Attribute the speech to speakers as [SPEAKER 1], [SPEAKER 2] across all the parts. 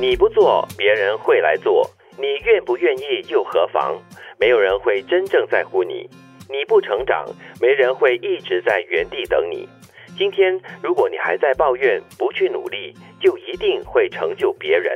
[SPEAKER 1] 你不做，别人会来做；你愿不愿意又何妨？没有人会真正在乎你，你不成长，没人会一直在原地等你。今天，如果你还在抱怨、不去努力，就一定会成就别人。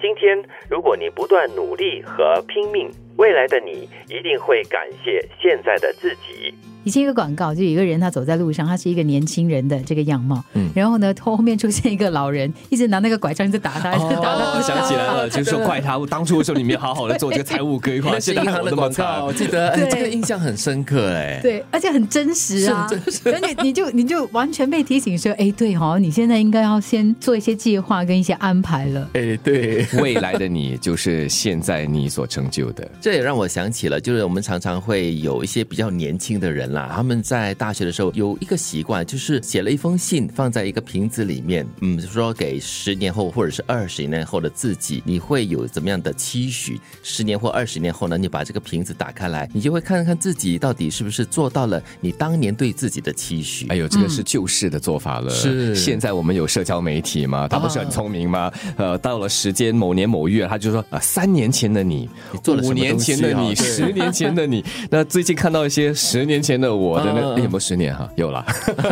[SPEAKER 1] 今天，如果你不断努力和拼命，未来的你一定会感谢现在的自己。
[SPEAKER 2] 以前一个广告，就有一个人他走在路上，他是一个年轻人的这个样貌，
[SPEAKER 3] 嗯
[SPEAKER 2] 然后呢，后后面出现一个老人，一直拿那个拐杖一直打他，一直打他。
[SPEAKER 3] 哦，想起来了，就是说怪他，当初为什么你没有好好的做这个财务 规划，
[SPEAKER 4] 那是
[SPEAKER 3] 现
[SPEAKER 4] 银
[SPEAKER 3] 在
[SPEAKER 4] 行
[SPEAKER 3] 我
[SPEAKER 4] 的
[SPEAKER 3] 那么
[SPEAKER 4] 广
[SPEAKER 3] 惨
[SPEAKER 4] 告，。我记得，哎
[SPEAKER 2] 对
[SPEAKER 4] 这个印象很深刻哎。
[SPEAKER 2] 对，而且很真实啊，而且你就你就完全被提醒说，哎，对哦，你现在应该要先做一些计划跟一些安排了。
[SPEAKER 4] 哎，对，
[SPEAKER 3] 未来的你就是现在你所成就的。
[SPEAKER 4] 这也让我想起了，就是我们常常会有一些比较年轻的人啦，他们在大学的时候有一个习惯，就是写了一封信放在一个瓶子里面，嗯，就说给十年后或者是二十年后的自己，你会有怎么样的期许？十年或二十年后呢，你把这个瓶子打开来，你就会看看自己到底是不是做到了你当年对自己的期许。
[SPEAKER 3] 哎呦，这个是旧式的做法了。
[SPEAKER 4] 是啊
[SPEAKER 3] 现在我们有社交媒体嘛，他不是很聪明吗？呃，到了时间某年某月，他就说啊，三年前的你，
[SPEAKER 4] 你做了什
[SPEAKER 3] 五
[SPEAKER 4] 么
[SPEAKER 3] 年
[SPEAKER 4] 东西
[SPEAKER 3] 前的你，
[SPEAKER 4] 啊对
[SPEAKER 3] 十年前的 你。那最近看到一些十年前的我的那
[SPEAKER 4] 嗯
[SPEAKER 3] 哎有没有十年哈？有了，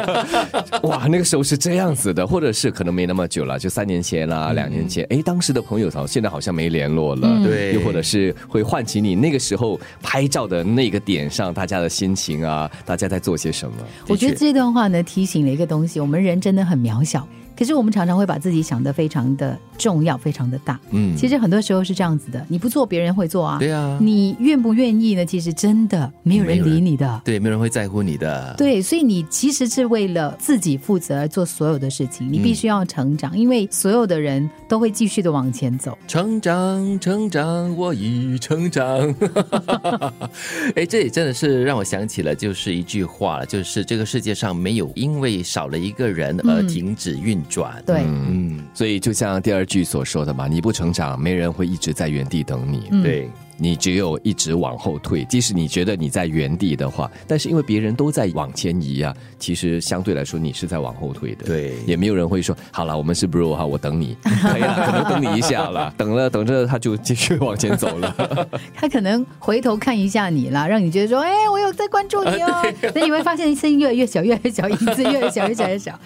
[SPEAKER 3] 哇，那个时候是这样子的，或者是可能没那么久了，就三年前啦，
[SPEAKER 4] 嗯
[SPEAKER 3] 两年前，哎，当时的朋友好，现在好像没联络了，
[SPEAKER 4] 对
[SPEAKER 3] 又或者是会唤起你那个时候拍照的那个点上大家的心情啊，大家在做些什么？
[SPEAKER 2] 我觉
[SPEAKER 3] 的
[SPEAKER 2] 得
[SPEAKER 3] 确
[SPEAKER 2] 这段话呢，提醒了一个东西：我们人真的很渺小，可是我们常常会把自己想得非常的重要，非常的大。
[SPEAKER 4] 嗯
[SPEAKER 2] 其实很多时候是这样子的，你不做，别人会做啊。
[SPEAKER 4] 对啊
[SPEAKER 2] 你愿不愿意呢？其实真的没有人
[SPEAKER 4] 没有人
[SPEAKER 2] 理你的。
[SPEAKER 4] 对，没有人会在乎你的。
[SPEAKER 2] 对，所以你其实是为了自己负责而做所有的事情，你
[SPEAKER 4] 嗯
[SPEAKER 2] 必须要成长，因为所有的人都会继续的往前走。
[SPEAKER 4] 成长，成长，我已成长。 哎，这也真的是让我想起了，就是一句话了，就是这个世界上没有因为少了一个人而停止运转。
[SPEAKER 2] 对，
[SPEAKER 4] 嗯，
[SPEAKER 3] 所以就像第二句所说的嘛，你不成长，没人会一直在原地等你。
[SPEAKER 2] 嗯
[SPEAKER 4] 对，
[SPEAKER 3] 你只有一直往后退，即使你觉得你在原地的话，但是因为别人都在往前移啊，其实相对来说你是在往后退的。
[SPEAKER 4] 对
[SPEAKER 3] 也没有人会说好了，我们是 bro 哈，我等你，可以了，可能等你一下了，等了等着他就继续往前走了。
[SPEAKER 2] 他可能回头看一下你啦，让你觉得说，哎，我有在关注你
[SPEAKER 4] 啊
[SPEAKER 2] 哦。 那、你会发现声音越来越小，越来越小，影子越来越小，越来越小。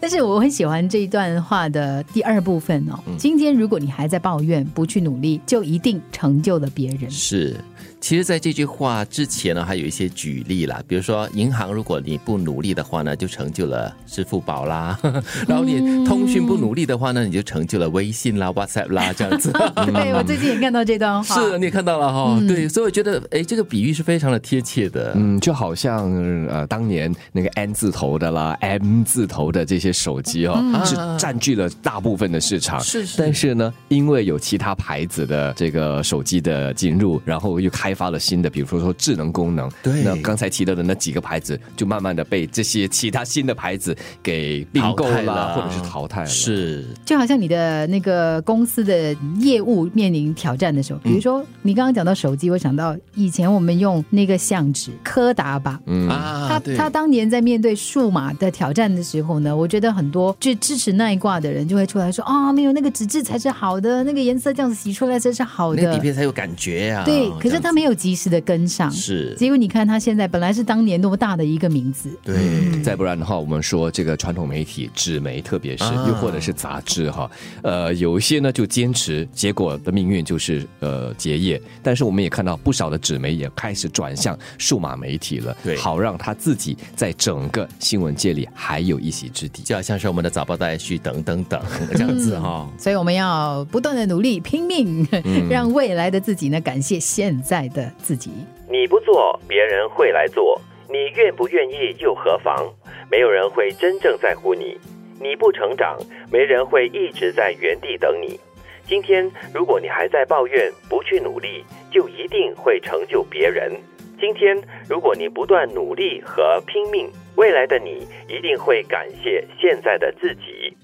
[SPEAKER 2] 但是我很喜欢这一段话的第二部分哦。
[SPEAKER 4] 嗯
[SPEAKER 2] 今天如果你还在抱怨，不去努力，就一定成就了别 人。
[SPEAKER 4] 是。其实，在这句话之前呢，还有一些举例啦，比如说银行，如果你不努力的话呢，就成就了支付宝啦； 然后你通讯不努力的话呢，你就成就了微信啦、WhatsApp 啦这样子。
[SPEAKER 2] 对我最近也看到这段话，
[SPEAKER 4] 是，你也看到了哈、
[SPEAKER 2] 嗯
[SPEAKER 4] 对，所以我觉得，哎，这个比喻是非常的贴切的。
[SPEAKER 3] 嗯， 就好像呃，当年那个 N 字头的啦、M 字头的这些手机哦，是占据了大部分的市场。
[SPEAKER 4] 是是
[SPEAKER 3] 但是呢，因为有其他牌子的这个手机的进入，然后又开发了新的，比如说说智能功能。
[SPEAKER 4] 对
[SPEAKER 3] 那刚才提到的那几个牌子，就慢慢的被这些其他新的牌子给并购
[SPEAKER 4] 淘汰
[SPEAKER 3] 啦，
[SPEAKER 4] 了
[SPEAKER 3] 或者是淘汰了。。
[SPEAKER 4] 是，
[SPEAKER 2] 就好像你的那个公司的业务面临挑战的时候，比如说你刚刚讲到手机，我想到以前我们用那个相纸柯达吧。
[SPEAKER 3] 嗯
[SPEAKER 4] 啊
[SPEAKER 2] 他他当年在面对数码的挑战的时候呢，我觉得很多就支持那一挂的人就会出来说啊、没有那个纸质才是好的，那个颜色这样子洗出来才是好
[SPEAKER 4] 那个底
[SPEAKER 2] 的。
[SPEAKER 4] 片才有感觉啊。
[SPEAKER 2] 对，可是他没
[SPEAKER 4] 有
[SPEAKER 2] 有及时的跟上，
[SPEAKER 4] 是，
[SPEAKER 2] 结果你看他现在本来是当年多么大的一个名字，
[SPEAKER 4] 对，
[SPEAKER 3] 再不然的话，我们说这个传统媒体、纸媒，特别是、
[SPEAKER 4] 啊
[SPEAKER 3] 又或者是杂志哈，呃，有一些呢就坚持，结果的命运就是呃结业。但是我们也看到不少的纸媒也开始转向数码媒体了，
[SPEAKER 4] 对
[SPEAKER 3] 好让他自己在整个新闻界里还有一席之地。
[SPEAKER 4] 就好像是我们的早报待续等等等这样子哈、
[SPEAKER 2] 所以我们要不断的努力，拼命，
[SPEAKER 4] 嗯
[SPEAKER 2] 让未来的自己呢感谢现在的自己。
[SPEAKER 1] 你不做，别人会来做；你愿不愿意又何妨？没有人会真正在乎你。你不成长，没人会一直在原地等你。今天，如果你还在抱怨、不去努力，就一定会成就别人。今天，如果你不断努力和拼命，未来的你一定会感谢现在的自己。